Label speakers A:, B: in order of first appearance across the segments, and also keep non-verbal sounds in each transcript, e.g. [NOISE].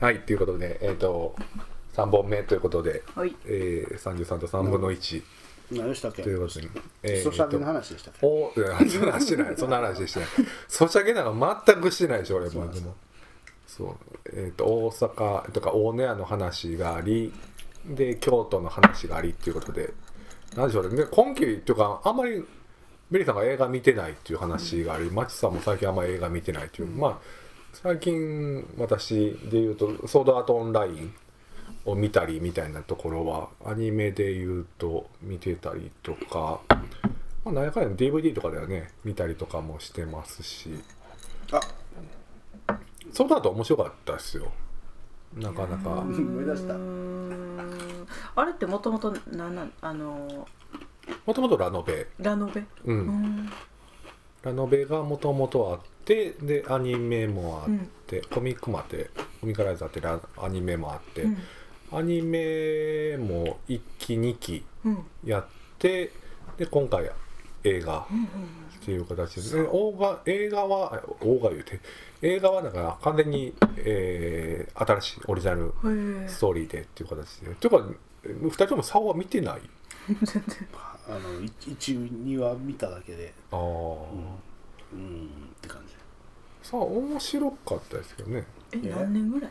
A: はい、ということで、えっ、と、3本目ということで、
B: はい
A: えー、33と3分の1
C: 何でしたっけ
A: ということで、え
C: ソシャゲの話でしたっけ
A: おーそんな話してない、そんな話してない。ソシャゲなんか全くしてないでしょ、俺も。でもそう、えっ、と、大阪とか大根屋の話があり、で、京都の話がありっていうことで、なんでしょうね、で今期というか、あんまり、ベリーさんが映画見てないっていう話があり、マチさんも最近あんまり映画見てないっていう、まあ、最近私で言うと「ソードアートオンライン」を見たりみたいなところはアニメで言うと見てたりとか、まあ、何やかんや DVD とかではね見たりとかもしてますし
C: あ
A: ソードアート面白かったですよなかなか
C: 思い出した
B: うーんあれってもともとなんなんあの
A: もともとラノベ、
B: ラノベ
A: う、
B: うんん
A: ラノベがもともとあってでアニメもあって、コミックもあってコミカライズあってラアニメもあって、
B: うん
A: アニメも1期2期
B: うん
A: やってで今回映画っていう形でで映画映画はあ映画言うて映画はだから完全に、えー新しいオリジナル
B: うんへえ
A: ストーリーでっていう形でというか2人とも差は見てない
B: [LAUGHS] 全然
C: あのい一二話見ただけで
A: ああ、
C: うーんって感じ
A: さあ面白かったですけどね
B: え
C: え
B: 何年ぐらい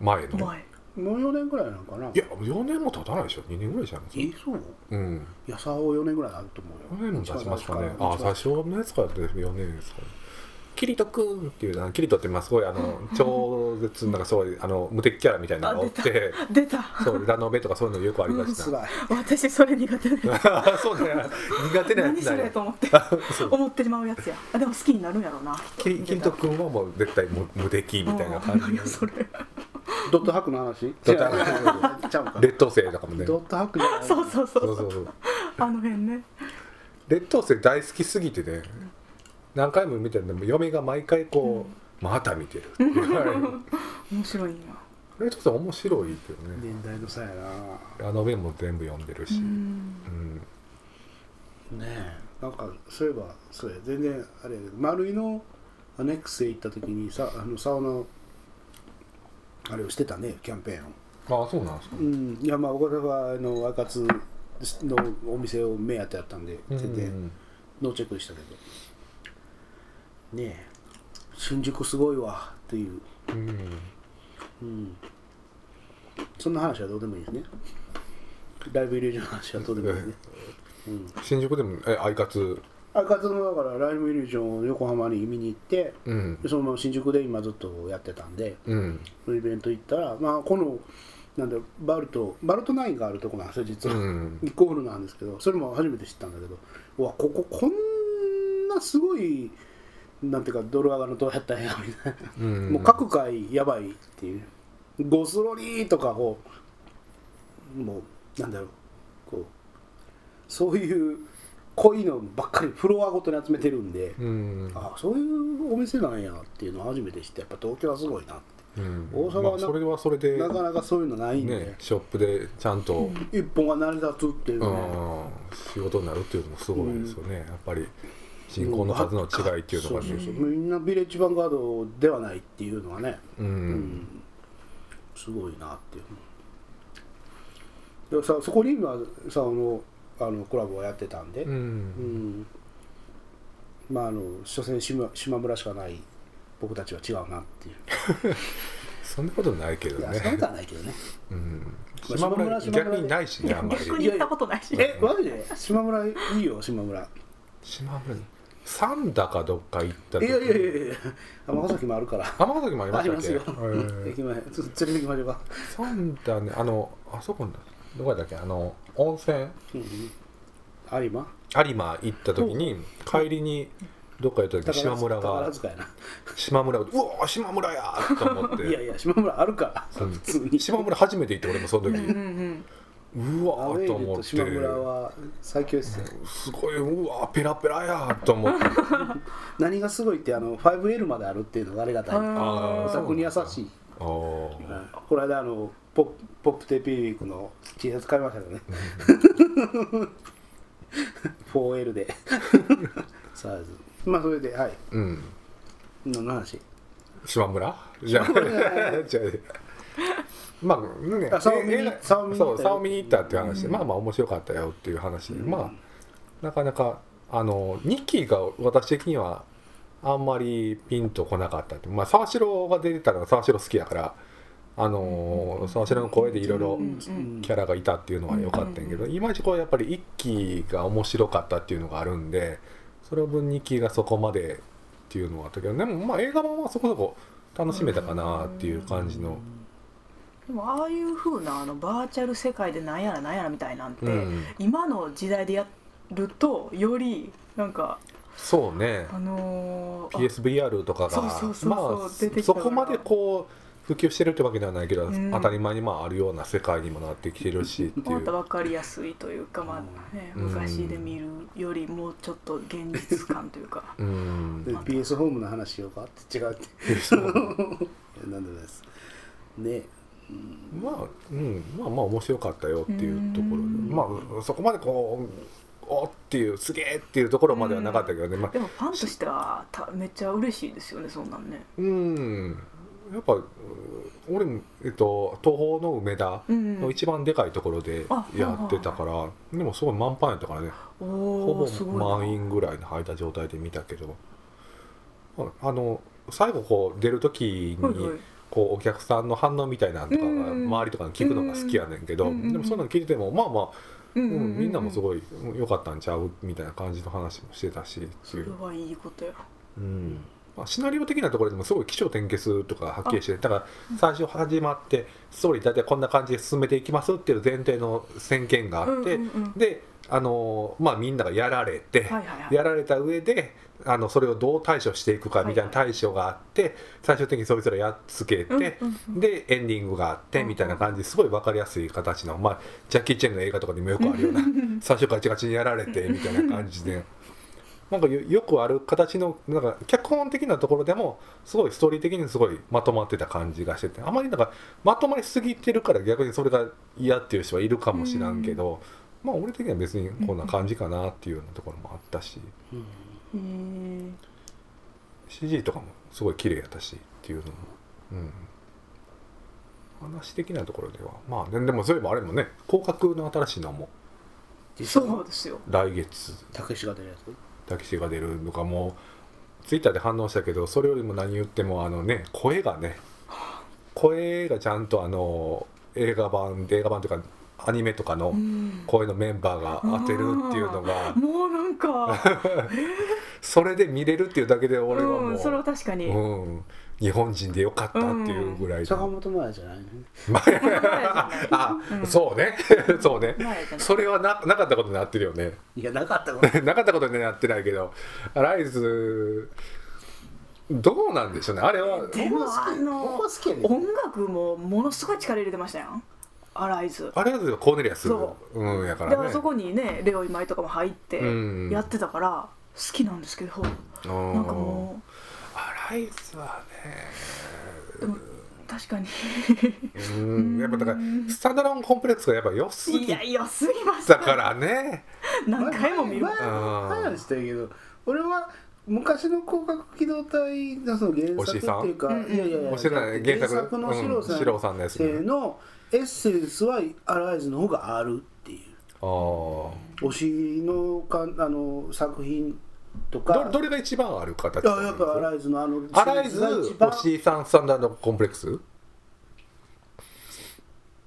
A: 前の
B: 前
C: もう4年ぐらいなんかない
A: や4年も経たないでしょ2年ぐらいじゃないです
C: え
A: か
C: そう
A: うん
C: やさお4年ぐらいあると思うよ
A: 4年も経ちますかね
C: 一番
A: あ
C: 最
A: 最
C: 初
A: 初のやつから4年ですかねキリトくんっていうあのキリトってまあすごいあの超絶なんかそういうあの無敵キャラみたいなのがおって
B: 出た
A: そうラノベとかそういうのよくありがち
C: つ
A: な
C: らい
B: 私それ苦手で
A: [LAUGHS] そうね苦手なや
B: 何
A: つ
B: そ
A: だ
B: れ
A: よ
B: と思って
A: そう
B: 思ってまうやつやあでも好きになるんやろうな
A: キリキリトくんはもう絶対無無敵みたいな感
B: うん何や
A: じ
B: それ
C: [LAUGHS] ドットハックの話
A: ドットハ
C: ックちゃうか
A: 劣等生とかもね
C: ド
A: そ
C: ットハックじゃない
B: そうそうそう
A: う
B: そ
A: そううそう
B: あの辺ね
A: 劣等生大好きすぎてね何回も見てるんでも嫁が毎回こう「また見てる」って言われる
B: 面白いな
A: 劣等生面白いけどね
C: 年代の差や
A: ラノベも全部読んでるし、う
B: う
A: ん
B: ん
C: なねえなんかそういえばそうや全然あれ丸井のアネックスへ行った時にさあのさおのあれをしてたねキャンペーンを
A: ああそうなんですか、
C: うんいやまあ僕はあのワイカツのお店を目当てやったんで
A: うん
C: 全然ノーチェックでしたけどねえ新宿すごいわっていう、
A: うん
C: うん、そんな話はどうでもいいですねライブイリュージョンの話はどうでもいいです
A: [LAUGHS]
C: ね、うん、
A: 新宿でもえアイカツ
C: ワイカツのだからライブイリュージョンを横浜に見に行って
A: うん
C: でそのまま新宿で今ずっとやってたんで
A: うん
C: そのイベント行ったらまあこのなんだろうバルトバルトナインがあるとこなんですよ実
A: う
C: は、
A: ん
C: イコールなんですけどそれも初めて知ったんだけどうわこここんなすごいなんていうかドル上がのどうやったんやみたいな、
A: うん
C: もう各回やばいっていうゴスロリーとかをもうなんだろうこうそういう濃いのばっかりフロアごとに集めてるんで、
A: うん
C: あそういうお店なんやっていうのを初めて知ってやっぱ東京はすごいなっ
A: うん
C: 大阪はな
A: まあ、それはそれ
C: て
A: で
C: なかなかそういうのないんで、
A: ねショップでちゃんと、
C: 一本が成り立つっていう
A: う
C: ね、
A: ん仕事になるっていうのもすごいですよね、やっぱり人口の数の違いっていうのが
C: そ
A: ね
C: そそうみんなビレッジヴァンガードではないっていうのがね、
A: うんうん
C: すごいなっていうでさそこに今さあのあのコラボをやってたんで、
A: う
C: うん
A: ん
C: まああの所詮島島村しかない僕たちは違うなっていう
A: そんなことないけど
C: いや
A: ね
C: そんなことはないけ
A: [LAUGHS]
C: どね
A: うん
C: まあ
A: 島村
C: 島村
A: 逆にないしねあんまり
B: 逆に行ったことないし
C: えマジで島村いいよ島村
A: 島村サンダかどっか行った
C: い
A: 時
C: やいやいやいや尼崎もあるから
A: 尼崎もありま
C: あ
A: した
C: りま
A: っけ
C: すよ、 [LAUGHS]
A: えー
C: 駅前ちょっと連れてきましょうか、
A: サンダね、あの、あそこの、どこだっけ、あの、温泉、
C: うん、有馬
A: 有馬行った時に、帰りに、どっか行った時、島村
C: 宝
A: が、
C: 塚やな
A: 島村が、うおー、島村やーと思っ
C: いや
A: て、
C: いや島村あるから、
A: うん
C: 普通に
A: 島村初めて行って、俺もその時、
B: うんうん
A: う
C: ア
A: わ
C: ウェ
A: ー
C: イ
A: と
C: で
A: 思
C: と
A: っ
C: 島村
A: て、
C: は最強ですよ
A: すごい、うわー、ペラペラやーと思って、
C: 何がすごいってあの 5L まであるっていうのがありがたい
B: あ
A: あ
C: お
A: ー
C: 宅に優しい、
A: あー
C: はいこの間あのポップポップテーピーウィークの T シャツ買いましたけどね [LAUGHS] 4L で [LAUGHS] サイズまあそれではい
A: うん、
C: 何の話
A: 島村じゃあ [LAUGHS] じゃあまあね
C: あ竿見に
A: ええな
C: 竿見に行った
A: そ
C: よ
A: う竿見に行ったっていう話で、まあまあ面白かったよっていう話で、まあなかなかあのニッキーが私的にはあんまりピンとこなかったってまあ沢城が出てたら沢城好きやからあのー沢城の声でいろいろ
B: うん
A: キャラがいたっていうのは良かったんやけど、いまいちこうやっぱり一期が面白かったっていうのがあるんでそれ分二期がそこまでっていうのはあったけどでもまあ映画版はそこそこ楽しめたかなっていう感じの、
B: でもああいう風なあのバーチャル世界でなんやらなんやらみたいなんて、
A: うん
B: 今の時代でやるとよりなんか
A: そうね
B: あのー、
A: PSVR とかが
B: そうそうそうそう
A: まあ
B: 出てきた
A: そ
B: から
A: こまでこう普及してるってわけではないけど、
B: うん
A: 当たり前にまああるような世界にもなってきてるしってい
B: [LAUGHS] ま
A: う
B: た分かりやすいというか、まあね、
A: うん
B: 昔で見るよりもうちょっと現実感というか [LAUGHS]
A: うん
C: で PS ホームの話しようかって違うってなんでもないですね
A: まあ、うん、まあまあ面白かったよっていうところで
B: うん
A: まあそこまでこうおっていうすげえっていうところまではなかったけどね、まあ
B: でもファンとしてはためっちゃ嬉しいですよねそんなんね
A: うんやっぱうん俺も、えっと、東宝の梅田
B: うん
A: の一番でかいところで
B: あはいは
A: や
B: い
A: ってたから、でもすごい満帆やったからねほ
B: おおす
A: ぼ
B: ごいな
A: 満員ぐらいの履いた状態で見たけど、まああの最後こう出る時に、
B: はいはい
A: こうお客さんの反応みたいなのとかが
B: うん
A: 周りとかに聞くのが好きやねんけど、
B: うんうん
A: でもそんなの聞いててもまあまあ
B: う
A: うんみんなもす
B: い
A: ごいうん良かったんちゃうみたいな感じの話もしてたしって
B: そ
A: い
B: れ
A: う、
B: はいいことや
A: うんまあ、シナリオ的なところでもすごい起承転結とかはっきりしてだから最初始まってストーリー大体こんな感じで進めていきますっていう前提の宣言があって、
B: うんうんうん
A: であのーまあみんながやられて、
B: はいはいはい
A: やられた上であのそれをどう対処していくかみたいな対処があって、最終的にそれぞれやっつけて、
B: うんうんうん
A: でエンディングがあってみたいな感じですごい分かりやすい形の、まあ、ジャッキー・チェンの映画とかでもよくあるような最初ガチガチにやられてみたいな感じで。なんかよよくある形のなんか脚本的なところでもすごいストーリー的にすごいまとまってた感じがしててあまりなんかまとまりすぎてるから逆にそれが嫌っていう人はいるかもしらんけど、まあ俺的には別にこんな感じかなっていうようなところもあったし、
C: うん
A: CG とかもすごい綺麗やったしっていうのも、うん、話的なところではまあででもそういえばあれもね広角の新しいのも
B: へー
C: 実際
B: そうですよ
A: 来月
C: たけしが出るやつ
A: タキシが出るのがもうツイッターで反応したけどそれよりも何言ってもあのね声がね声がちゃんとあの映画版映画版というかアニメとかの
B: うん
A: 声のメンバーが当てるっていうのが
B: もうなんか
A: それで見れるっていうだけで [LAUGHS] 俺はも
B: うんそれは
A: う、
B: 確かに、
A: うん、日本人でよかったっていうぐらい
C: 坂
A: の
C: 本真綾じゃないね
A: あ、
B: うん
A: そうね [LAUGHS] そうね
B: 前じゃない
A: それはななかったことになってるよね [LAUGHS]
C: いやなかったから
A: なかったことになってないけどライズどうなんでしょうねあれは
B: でもあ
C: ほんま
B: の
C: 好きやね
B: 音楽もものすごい力入れてましたよアライズ
A: あれはコーネリアス、
B: そう
A: ん、やからね
B: だからそこにねレオ今井とかも入って
A: うん
B: やってたから好きなんですけど
A: うん
B: なんかも
A: アライズは
B: うでも確かに
A: ねうんやっぱだからスタンダローンコンプレックスがやっぱ良すぎ
B: いや良すぎました
A: だからね
B: 何回も見る
C: 前前
A: うん
C: 前話したけど俺は昔の広角機動隊のその原作っていうか
B: おしさん
C: いやいやいや
A: おしさん原作
C: の四郎さん,、
A: うん四郎さんのやつね
C: のエッセンスはアライズの方があるっていう
A: あー
C: 推しのかあの作品とか
A: どどれが一番ある形
C: いややっぱアライズのあの
A: アライズ
C: が一番
A: おしさんスタンダードコンプレックス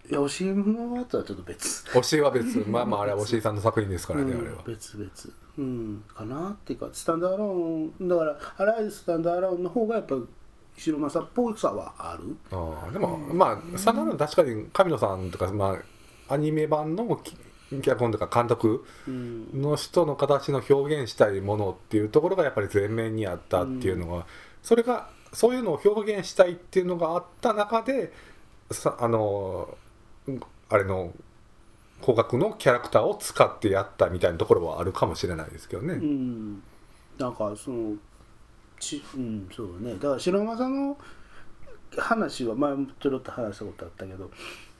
C: いや推しの後はちょっと別
A: おしは別まあまああれはおしさんの作品ですからね、あれは
C: うん、別々、うん、かなっていうかスタンドアローンだからアライズスタンドアローンの方がやっぱ白政っぽさはある
A: ああでも、まあサナの確かに神野さんとか、まあ、アニメ版のき脚本とか監督
C: うん
A: の人の形の表現したいものっていうところがやっぱり前面にあったっていうのが、それがそういうのを表現したいっていうのがあった中でさあのあれの広角のキャラクターを使ってやったみたいなところはあるかもしれないですけどね。
C: うんなんかそのちうんそうだねだから白政の話は前もちょろっと話したことあったけど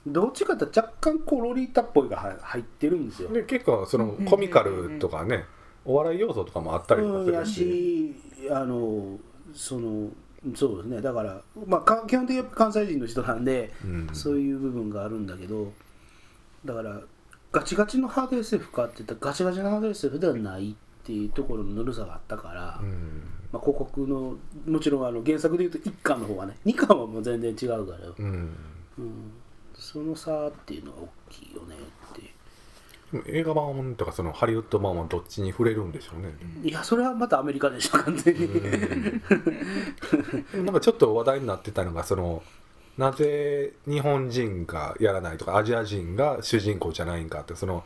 C: どっちかっていうと若干こうロリータっぽいがは入ってるんですよ
A: で結構そのコミカルとかね、お笑い要素とかもあったりとか
C: うん、や
A: するし、
C: しあのそのそうですねだから、まあか、基本的に関西人の人なんで、
A: うん
C: そういう部分があるんだけどだからガチガチのハード SF かっていったらガチガチのハード SF ではないっていうところのぬるさがあったから、
A: うん
C: まあ、広告のもちろんあの原作でいうと1巻の方がね2巻はもう全然違うから、
A: うん
C: うんその差っていうのは大きいよねって
A: でも映画版とかそのハリウッド版はどっちに触れるんでしょうね、
C: いやそれはまたアメリカでしょ完全に、
A: でもなんかちょっと話題になってたのがそのなぜ日本人がやらないとかアジア人が主人公じゃないんかってその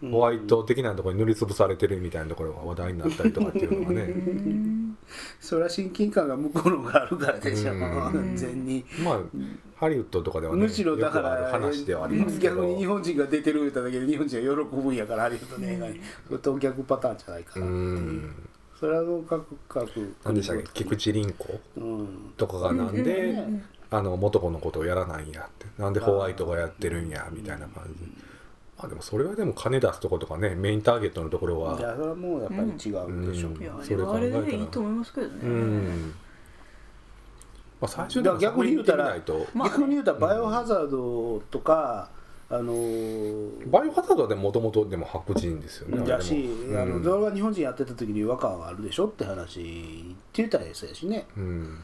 A: ホワイト的なところに塗りつぶされてるみたいなところが話題になったりとかっていうのがね
C: それは親近感が向こうの方があるからでしょ、
A: うん
C: 完全に。
A: まあハリウッドとかではね
C: むしろだか
A: よくあ
C: ら
A: る話ではありますけど
C: 逆に日本人が出てる言うただけで日本人が喜ぶんやからありがとうね映画にそれと逆パターンじゃない
A: う
C: かな、
A: ん
C: それはもう各各
A: 何でしたっけ菊池凛子
C: うん
A: とかがなん
B: う
A: で
B: んうんうん
A: あの元子のことをやらないんやってなんでホワイトがやってるんやみたいな感じまあでもそれはでも金出すとことかねメインターゲットのところ
C: いや
A: は
C: それはもうやっぱり違うでしょう、
A: うん
B: いやあ
A: そ
B: れ
A: れ
B: は
A: 考
B: あれ
A: えたら
B: でいいと思いますけどね、
A: うんまあ最終
C: だから逆に言うたら
A: そこに行ってみないと
B: まあ
C: 逆に言うたらバイオハザードとか、あのー
A: バイオハザードはでもともとでも白人ですよね
C: だし、
A: あ
C: あ
A: れも
C: の
A: うん
C: それは日本人やってた時に違和感があるでしょって話って言ったらやつやしね、
A: うん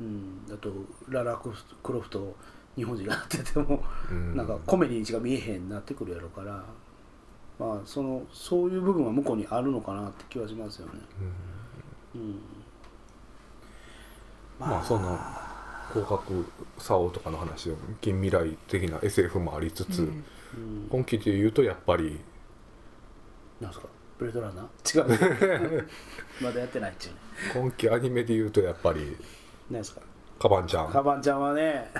C: うん、あとララククロフト日本人がやってても、
A: うん
C: なんかコメディにしか見えへんなってくるやろからまあそのそういう部分は向こうにあるのかなって気はしますよね、うん
A: まあそんな広角サオとかの話を近未来的な SF もありつつ、
B: うん
C: うん、
A: 今期で言うとやっぱり
C: なんすかブレードランナー違うまだやってないっちゅうね
A: 今期アニメで言うとやっぱり
C: 何ですか
A: カバンちゃ
C: カ
A: ん
C: バンちゃんはね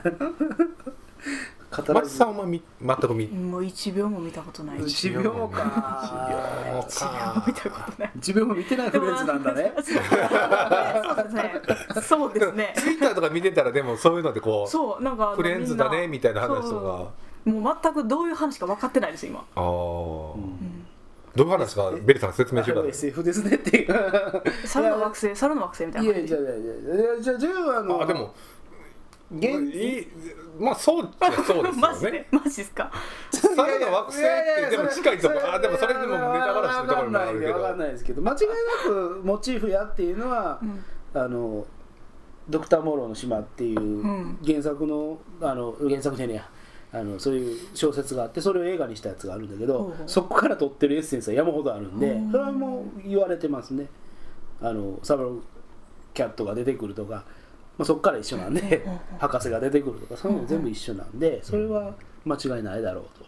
C: 語ら
A: 松
C: ず
A: さんはみ全く見
B: もう1秒も見たことない
C: 一秒もか
A: か
B: 見たこ
A: [LAUGHS]
B: とない
C: 一秒も見てないフレーズなんだね
B: そうですねそうです
A: [LAUGHS]
B: ね
A: ツイッターとか見てたらでもそういうのでこう
B: そうなんかあの
A: フレンズだねみたいな話とか
B: そうもう全くどういう話か分かってないです今
A: ああ、
B: ん
A: どういう話かベルさん説明してください
C: SF ですねっていう
B: 猿の惑星猿の惑星みたい
C: い
B: な
C: や
B: 感
C: じ
B: じ
C: ゃあじゃあじゃあじゃああの
A: あでも
C: 現
A: いいまあそうっちゃそうです
B: マジ
A: よね
B: でマジですか
A: 猿の惑星ってでも近いとこあでもそれでもネタバラシのところもあるけ
C: わかん
A: ど
C: ないですけど間違いなくモチーフやっていうのは、
B: うん
C: あのドクター・モローの島っていうん原作のあの原作じゃねえやあのそういう小説があってそれを映画にしたやつがあるんだけ
B: ほう
C: ど
B: ほう
C: そこから取ってるエッセンスは山ほどあるんで
B: うん
C: それはもう言われてますねあのサブロキャットが出てくるとか、まあ、そこから一緒なんで
B: うんうん
C: 博士が出てくるとかそういうの全部一緒なんでそれは間違いないだろうと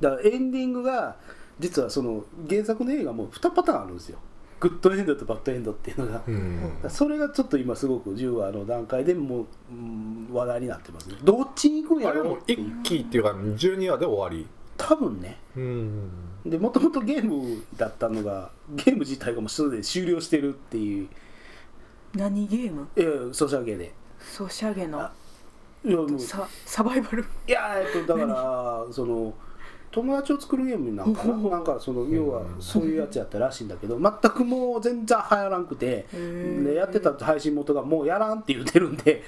C: だからエンディングが実はその原作の映画も2パターンあるんですよグッドエンドとバッドエンドっていうのが
A: うん
C: それがちょっと今すごく10話の段階でもう、うん話題になってますねどっちに行くんや
A: あれは
C: ろ
A: も
C: う
A: う
C: ってい
A: 一
C: う
A: 期っていうか12話で終わ
C: 多分ね
A: りうん
C: でもともとゲームだったのがゲーム自体がもうすでに終了してるっていう
B: 何ゲーム
C: ええソシャゲで
B: ソシャゲの
C: いやもう
B: ササバイバル
C: いやーえっとだからその友達を作るゲームなんかな
B: ほう
C: なんかその要はそういうやつやったらしいんだけど全くもう全然流行らんくて
B: ー
C: でやってた配信元がもうやらんって言ってるんで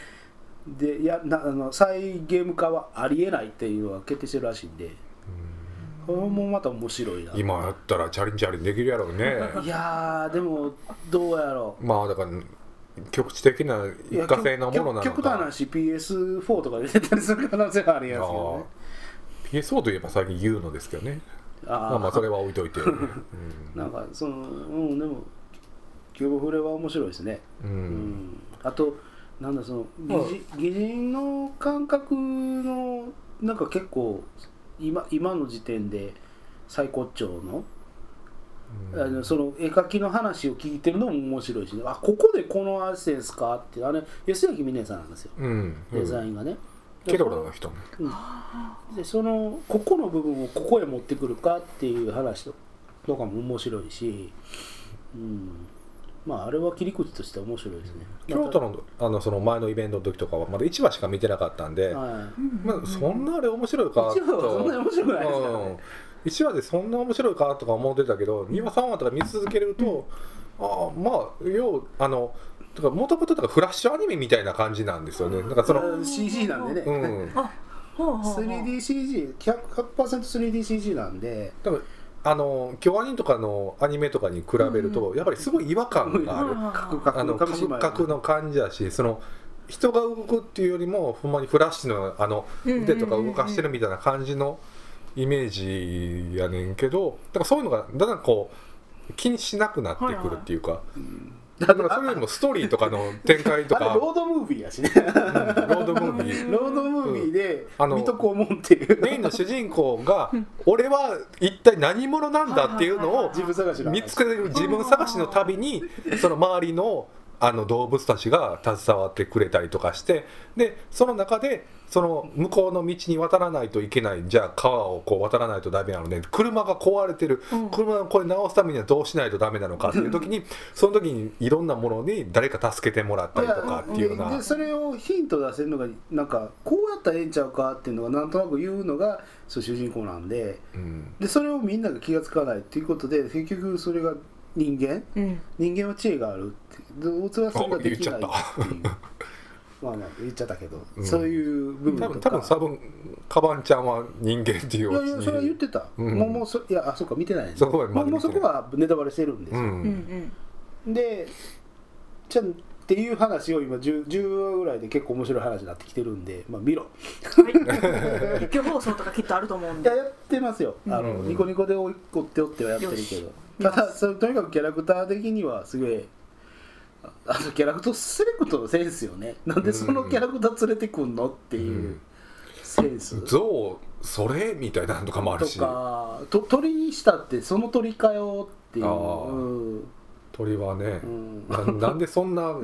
C: でやなあの再ゲーム化はありえないっていうのは決定してるらしいんでこれもまた面白いな。い
A: 今やったらチャリンチャリンできるやろうね
C: やーでもどうやろう
A: まあだから局地的ない
C: や
A: 一過性のものなのか
C: 極極端な話 PS4 とかで出たりする可能性がありやす
A: あ
C: よ
A: ー
C: ね
A: PSO といえば最近言うのですけどね
C: あー
A: まあまあそれは置いとい
C: [LAUGHS]
A: て、うん
C: なんかそのうんでもキューブフレは面白いですね、
A: う
C: うん
A: ん
C: あとなんだその擬人擬人の感覚のなんか結構今今の時点で最高潮の,、あのその絵描きの話を聞いてるのも面白いし、ね、あここでこのアセンスかってあれ吉崎美音さんなんですよ、
A: うん、
C: デザインがね
A: ケロロの人ね
C: でそのここの部分をここへ持ってくるかっていう話ととかも面白いし、うん、まああれは切り口として面白いですね。
A: 京都のあのその前のイベントの時とかはまだ1話しか見てなかったんで、
C: はい、
A: まあ、そんなあれ面白いかと
C: 一話はそんなに面白くないですからね。
A: うん、1話でそんな面白いかとか思ってたけど2話3話とか見続けると、ああまあ要あのだからもともとだからフラッシュアニメみたいな感じなんですよねなんかその
C: あ CG なんでね、
A: うん
B: あほうほうほう
C: 3DCG100%3DCG 3DCG なんで
A: だからあの京アニとかのアニメとかに比べると、やっぱりすごい違和感がある、
B: うん
C: カクカ
A: あ
C: ク
A: の
C: の
A: カ
C: 紙芝
A: ク
C: 居
A: カクの感じだしその人が動くっていうよりもほんまにフラッシュのあの
B: うんうんうんうん
A: 腕とか動かしてるみたいな感じのイメージやねんけどだからそういうのがだんだんこう気にしなくなってくるっていうか、
C: だ
A: だからそれよりもストーリーとかの展開と [LAUGHS]
C: あれ
A: か
C: ロードムービーやしね
A: うんロードムービー
C: ロードムービーで
A: あの
C: 水戸黄門っていう
A: メインの主人公が俺は一体何者なんだっていうのを
C: 自分探しの
A: 見
C: 話
A: つける自分探しの旅
C: [LAUGHS]
A: にその周りのあの動物たちが携わってくれたりとかしてでその中でその向こうの道に渡らないといけないじゃあ川をこう渡らないとダメなので車が壊れてる
B: うん
A: 車をこれ直すためにはどうしないとダメなのかっていう時
C: [LAUGHS]
A: にその時にいろんなものに誰か助けてもらったりとかっていうよう
C: で
A: な
C: でそれをヒント出せるのがなんかこうやったらええんちゃうかっていうのがなんとなく言うのがそう主人公なんで
A: うん
C: でそれをみんなが気が付かないっていうことで結局それが人間
B: うん
C: 人間は知恵があるって動物はそれができないっていう
A: お言っ
C: まあまあ言っちゃったけど、
A: うん
C: そういう部分
A: 多
C: と
A: 分
C: か
A: 多分多分カバンちゃんは人間っていう
C: い
A: お家
C: やいやそれは言っ
A: に
C: てた、
A: うん
C: もうもうそいやあそっか見てないね
A: そこまで
C: もうもうそこはネタバレしてるんです
A: う
C: よ、
B: うんんうん
C: でじゃあっていう話を今 10, 10話ぐらいで結構面白い話になってきてるんで、まあ、見ろ
B: はい
C: [LAUGHS]
B: 一挙放送とかきっとあると思うん
C: い
B: で
C: ややってますよあの、
A: うん
C: ニコニコで追い追って追ってはやってるけど
B: 見
C: た
B: ます
C: だそれとにかくキャラクター的にはすごいああのキャラクターセレクトのセンスよねなんでそのキャラクター連れてくんのっていうセンス、
A: 象それみたいなのとかもある
C: と
A: し
C: かと鳥にしたってその鳥かよっていう、
A: あー
C: うん
A: 鳥はね、
C: うん
A: ななんでそんな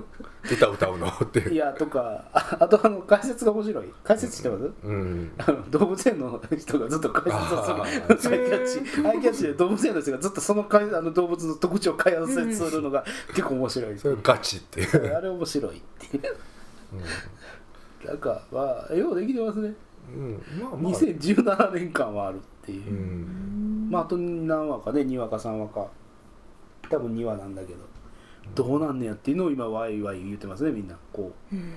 A: 歌歌うの
C: [LAUGHS]
A: って
C: いやとかああとあの解説が面白い解説してます、
A: うん
C: あの動物園の人がずっと解説
A: あ
C: [LAUGHS] を
A: ー
C: するアイキャッチアイキャッチで動物園の人がずっとその解あの動物の特徴を解説するのが結構面白い、
A: それガチっていう、
C: あれ面白いっていうなんかまあようできてますね
A: うん、まあまあ、
C: 2017年間はあるっていうう、
A: ん、
C: まああと何話かね2話か3話か多分2話なんだけどどうなんねやっていうのを今ワイワイ言ってますねみんなこう
B: うん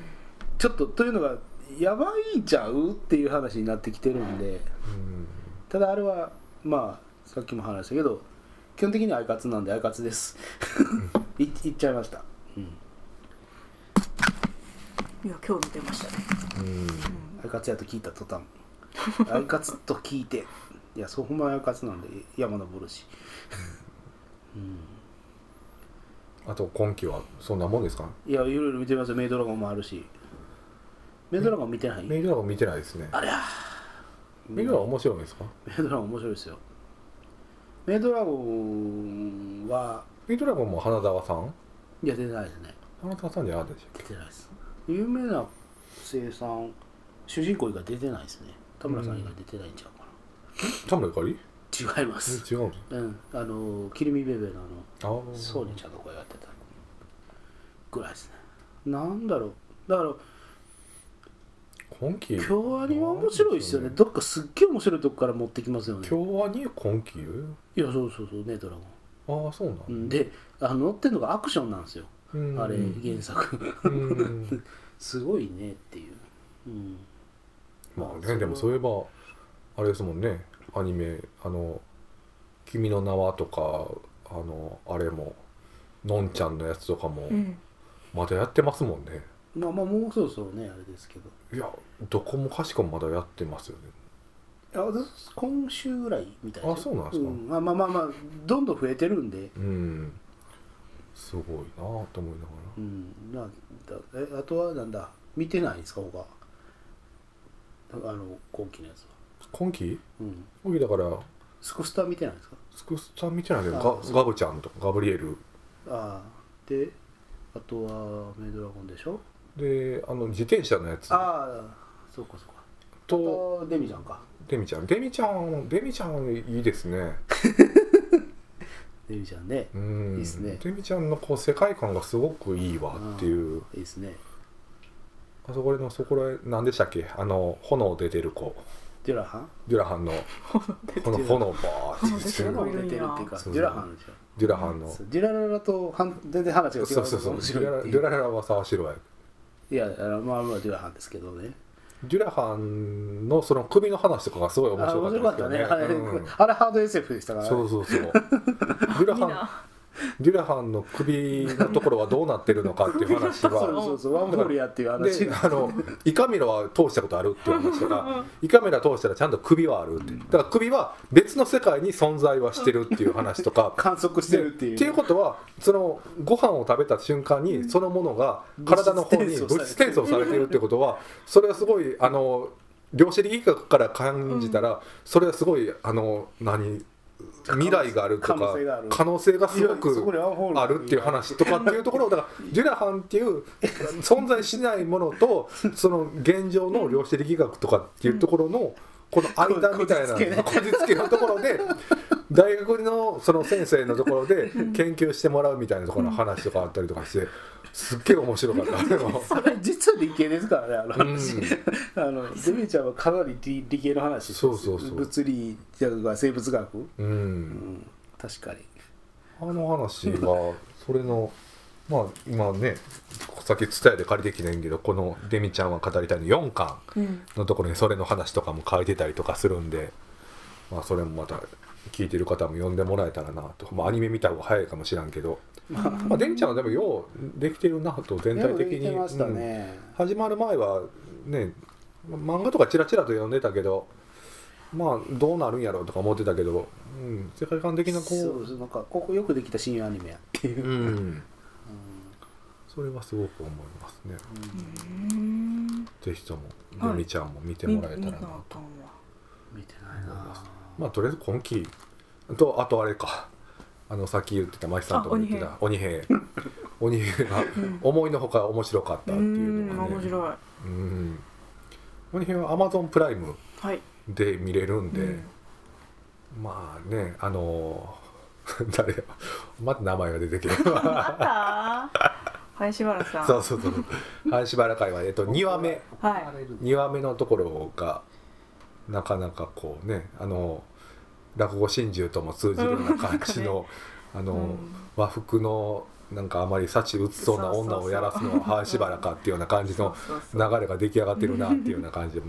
C: ちょっとというのがやばいんちゃうっていう話になってきてるんで
A: うん
C: ただあれはまあさっきも話したけど基本的にはアイカツなんでアイカツですいいっちゃいました、うん、
B: いや今日見てましたね
A: うん
C: アイカツやと聞いた途端アイカツと聞いていやそうほんまアイカツなんで山登るし
A: あと今期はそんなもんですか
C: いやいろいろ見てますよメイドラゴンもあるしメイドラゴン見てない、
A: メイドラゴン見てないですね
C: ありゃ
A: メイドラゴン面白いんですか
C: メイドラゴン面白いですよメイドラゴンは
A: メイドラゴンも花澤さん
C: いや出てないですね
A: 花澤さんじゃなかったでし
C: 出てないです有名な生産主人公以外出てないですね田村さん以外出てないんちゃうか
A: ょ田村ゆかり
C: な、違います
A: え違うの
C: うんあの「キルミベベ」のあ
A: あー
C: のソーニーちゃんの声やってたぐらいですねなんだろうだから
A: 今期
C: 京アニは面白いですよねどっかすっげえ面白いとこから持ってきますよね
A: 京アニ今期
C: いやそうそうそうねドラゴン
A: ああそうなん
C: うんであの乗ってるのがアクションなんですよ、
A: うん
C: あれ原作
A: うん
C: すごいねっていう、うん、
A: まあねでもそういえばあれですもんねアニメあの「君の名は」とかあのあれものんちゃんのやつとかも
B: うん
A: まだやってますもんね、
C: まあまあもうそろそろねあれですけど
A: いやどこもかしこもまだやってますよね
C: あ今週ぐらいみたいな
A: あそうなんですか
C: まあまあまあまあどんどん増えてるんで
A: うんすごいなぁと思いながら
C: うんなだえあとはなんだ見てないんですか他あの今期のやつは
A: 今期
C: うん
A: 今期だから
C: スコスター見てないんですか
A: スクスタ見てないけど
C: あ
A: ガガブちゃんとかガブリエル
C: ああであとはメイドラゴンでしょ
A: であの自転車のやつ
C: ああそうかそうかあ
A: と
C: とデミちゃんか
A: デミちゃんデミちゃんデミちゃんいいですね
C: デミちゃんね
A: うん
C: いいっすね
A: てみちゃんのこう世界観がすごくいいわっていう
C: いいですね
A: あそこのそこら何でしたっけあの炎出てる子
C: デュラハン
A: デュラハンのこの炎バーって
C: デ
A: 言
C: ュ
A: ってる
C: ラハンが出てるっていうか
A: そうそう
C: デュラハンでしょ
A: デュラハンの
C: そうデュラララとはん全然話が違う
A: そうそうそう
C: 面
A: デ
C: 白い
A: ュララ
C: ってい
A: デュ
C: う
A: ララは沢城や
C: いやあのまあまあデュラハンですけどね
A: デュラハンのその首の話とかがすごい面
C: あ面白
A: 白か
C: かっ
A: ったた
C: ね
A: です
C: あれ
A: けどねうん
C: あれハード SF でしたからね
A: そうそうそう
C: [LAUGHS]
A: デュラ
B: いい
A: ハン
B: な
A: デュラハンの首のところはどうなってるのかっていう話
C: そう [LAUGHS] そう
A: は
C: そうそうワンホールやっていう話
A: であの胃カメラは通したことあるっていう話とか胃カメラ通したらちゃんと首はあるってだから首は別の世界に存在はしてるっていう話とか
C: 観測してるっていう
A: っていうことはそのご飯を食べた瞬間にそのものが体の方に
C: 物
A: 物質
C: 質転
A: 転
C: 送
A: 送
C: さ
A: さ
C: れ
A: れ
C: て
A: て
C: る
A: いるってことはそれはすごいあの量子力学から感じたら、それはすごいあの何未来があるとか
C: 可能性がある
A: 可能性がすご
C: いやそこにアンホー
A: く
C: ル
A: あるっていう話とかっていうところをだからデュラハンっていう存在しないものとその現状の量子力学とかっていうところのこの間みたい
C: こじつけね
A: なこじつけのところで大学のその先生のところで研究してもらうみたいなところの話とかあったりとかしてすっげえ面白かったあれも
C: それ実は理系ですからねあの話、
A: うん
C: [LAUGHS] あのデミちゃんはかなり理理系の話です
A: そうそうそう
C: 物理学が生物学、う
A: うん
C: ん、確かに
A: あの話はそれのまあ今ねさっき伝えで借りてきてんけどこの「デミちゃんは語りたい」の4巻
B: うん
A: のところにそれの話とかも書いてたりとかするんで、まあ、それもまた聞いてる方も読んでもらえたらなと、まあ、アニメ見た方が早いかもしらんけど、まあ、デミちゃんはでもようできてるなと全体的に、
C: でもできてました
A: うん
C: ね、
A: 始まる前はね漫画とかチラチラと読んでたけどまあどうなるんやろうとか思ってたけど、うん、世界観的なこ
C: そううそうなんかここよくできた親友アニメやっていう、
A: うん、それはすごく思いますね。
B: うん
A: ぜひとも、
B: はい
A: デミちゃんも見て
B: 見
A: もらえた
B: 見
A: ら
B: な
A: な
B: あ
A: と。
B: かんわ
C: 見てないな
A: まあ、とりあえず今期と、あとあれか。あの、さっき言ってた、マキさんとも言ってた、鬼
B: [LAUGHS]
A: 兵。鬼兵が
B: ん、
A: 思いのほか面白かった
B: う
A: っていうの
B: ん
A: がね。
B: 面白い
A: うん。鬼兵はアマゾンプライム
B: はい
A: で見れるんで、
B: うん
A: まあね、あの [LAUGHS] ー誰やまた名前が出てきて
B: あった林原さ
A: [LAUGHS]
B: ん
A: そうそうそう林原会は、えっと、2話目
B: は
A: 2話目のところがなかなかこうねあの落語心中とも通じるような感じの、あの、
B: うん
A: 和服のなんかあまり幸打つそうな女をやらすのは林原かっていうような感じの
B: そうそう
A: 流
B: そう
A: れが出来上がってるなっていうような感じで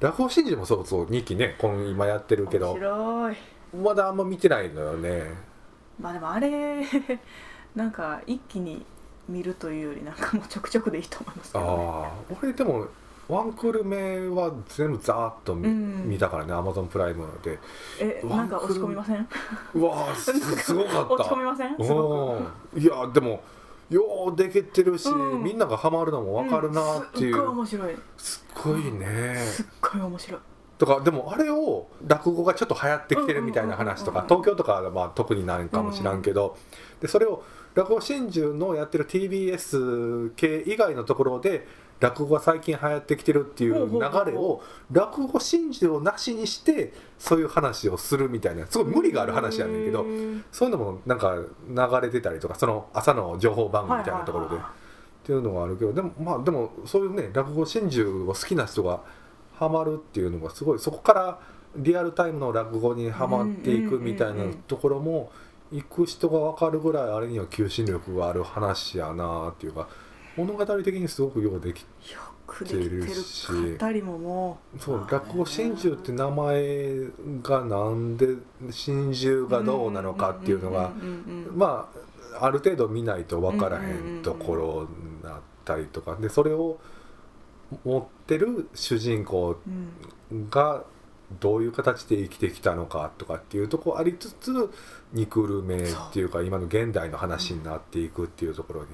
A: 落語心中もそうそう2期ねこの今やってるけ
B: 面
A: ど
B: 白い
A: まだあんま見てないのよね
B: まあでもあれなんか一気に見るというよりなんかもうちょくちょくでいいと思いますけど、ね、
A: ああ俺でもワンクール目は全部ざーっと見,、
B: うん
A: 見たからねアマゾンプライムで
B: えなんか落ち込みません
A: うわーすすごかった
B: 落ち込 [LAUGHS] みませんすご
A: うんいやでもようできてるし、
B: うん
A: みんながハマるのも
B: く
A: 分かるなってい、
B: んすっごいう面白い
A: すっごいね
B: すっごい面白い
A: とかでもあれを落語がちょっと流行ってきてるみたいな話とか、
B: うんうんうんうん
A: 東京とかはまあ特にないかもしらんけど、でそれを落語真珠のやってる TBS 系以外のところで落語が最近流行ってきてるっていう流れ
B: ほうほう
A: を落語真珠をなしにしてそういう話をするみたいなすごい無理がある話やねんけど。
B: うん
A: そういうのもなんか流れてたりとかその朝の情報番組みたいなところで、
B: はいはいはい
A: っていうのがあるけどでもまあでもそういうね落語真珠を好きな人がハマるっていうのがすごいそこからリアルタイムの落語にハマっていくみたいなところも行く人が分かるぐらいあれには求心力がある話やなっていうか物語的にすごくようでき
B: よくできて
A: 出てるし
B: る語りもも
A: そう、
C: まあね
A: 落語真珠って名前がなんで真珠
B: う
A: がどうなのかっていうのが。
B: うんうんうんうん
A: まあある程度見ないと分からへんところだったりとかでそれを持ってる主人公
B: うん
A: がどういう形で生きてきたのかとかっていうとこありつつ2クール目っていうか今の現代の話になっていくっていうところに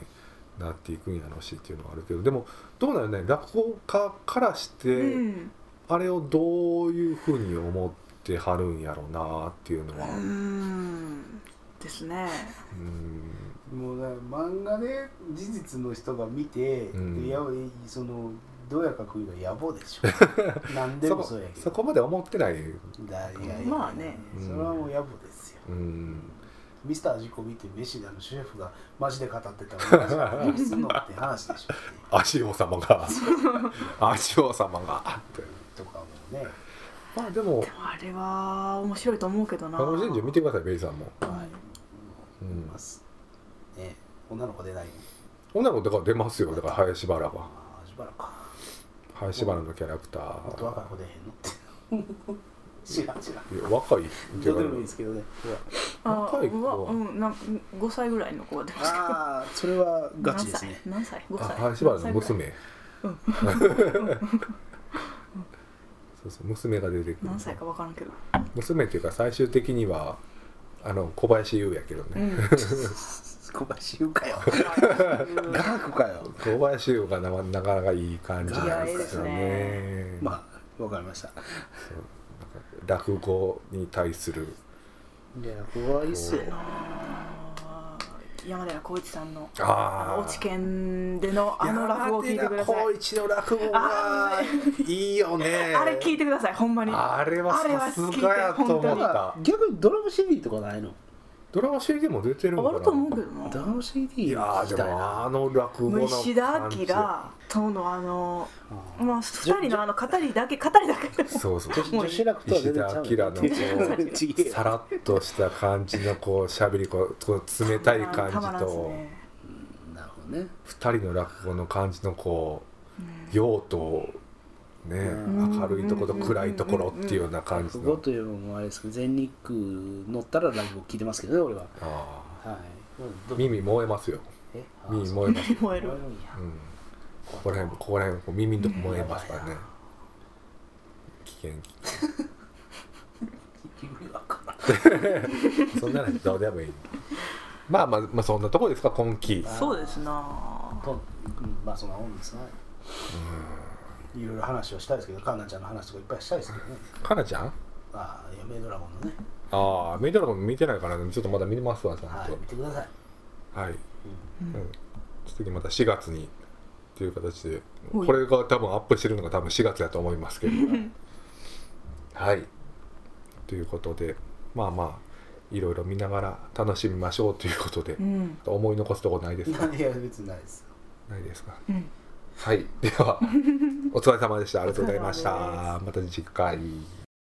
A: なっていくんやろうしっていうのはあるけどでもどうなるね落語家からして、
B: うん
A: あれをどういうふうに思ってはるんやろうなっていうのは。
B: うんですね
A: うん
C: もうだから漫画で事実の人が見て、
A: うん
C: いやそのどうやか食うのは野暮 [LAUGHS] でしょ何で
A: そ
C: も
A: こ
C: そうやけ
A: そ
C: ど
A: こまで思ってない、
C: だいやいや
B: まあね
C: それはもう野暮ですよ、
A: うん、
C: ミスター味コ見てメシダのシェフがマジで語ってたらマジで話すんのって話でしょ
B: [LAUGHS]
A: 足王様が足王様がって
C: とかもね
A: まあでも
B: でもあれは面白いと思うけどな
A: 孫神社見てくださいベイさんも、
C: はい
A: うん
C: います、ね女の子出ない
A: 女の子だから出ますよだから林原は
C: ああしばらくか
A: 林原のキャラクタ
C: もっと若い
A: ー
C: 子出へんのって [LAUGHS] 知らん知らん
A: いや若いっていう
C: どう
A: か
C: でもいいですけどね
B: あ
A: 若い子
B: うわ
A: は
B: うんなん5歳ぐらいの子が出ました
C: ああそれはガチですね
B: 何歳何歳5
A: あ林
B: 歳
A: 原の
B: 何歳ぐらい
A: 娘
B: う
A: そうそう娘が出てくる
B: 何歳か分からんけど、
A: 娘っていうか最終的にはあの小林優やけど
B: う
A: ね、
B: ん、
C: 小林優かよガークかよ
A: 小林優がなかなかいい感じなんですよ
B: いやい
A: ね
C: まあわかりました
A: そうなんか落語に対する
C: いや怖いっすよ
B: あー山寺宏一さんの
A: あ
B: 落ち見でのあの落語を聞いてください
A: 山寺一の落語がいいよね
B: あれ聞いてくださいほんまに
A: あれはさすがやと思
B: あれは聞いて
A: っ
B: 本
A: た
C: 逆にドラム CD とかないの
A: ドラマ CD も出てるん
B: 終
A: か
B: わ
A: な
B: ると思うけど
C: ドラ
B: な
C: ム CD
A: いや
C: 聞
A: ー
C: き
A: で
C: たい
A: も
C: な
A: あの落語の
B: 虫田明とのあのまあ2人のあの語りだけ語りだけ
A: そうそう
B: もう
C: 女子楽とは全然ちゃう
A: 石田明の [LAUGHS]
C: ちげえ
A: さらっとした感じのこう喋りこうこう冷たい感
B: たまら
A: じ
B: んっす
A: と
B: ね
C: なるほどね
A: 二人の落語の感じのこ
B: うん
A: う用途ね
B: うん
A: 明るいところと暗いところっていうような感じ
C: 落語
A: の
C: というのもあれですけど全日空乗ったらラジオ聞いてますけどね俺は
A: あ
C: はい
A: ー耳燃えますよ
C: えあ
A: 耳
C: そう
A: 燃えます、
B: 燃える
C: 燃えるんや
A: うん、ここら辺ここら辺こう耳のとこ燃えますからね危険危
C: 指輪か
A: 険そんな話どうでもい [LAUGHS] いまあまあまあそんなとこですか今期
B: そうですな
C: とうんまあそんなもんですねいろいろ話をしたいですけどカンナちゃんの話とかいっぱいしたいですけどね
A: かなちゃん
C: ああ嫁ドラゴンのね
A: ああメイドラゴン見てないからねちょっとまだ見てますわちゃん
C: はい見
A: と
C: てください
A: はい、
B: うん
A: うん、次また4月にっていう形で
B: ほい
A: これが多分アップしてるのが多分4月だと思いますけど [LAUGHS] はいということでまあまあいろいろ見ながら楽しみましょうということで、
B: うん
A: 思い残すとこないですか
C: いや別にないです
A: ないですか
B: うん
A: [LAUGHS] はいではお疲れ様でしたありがとうございまし
B: お疲れ様
A: たまた次回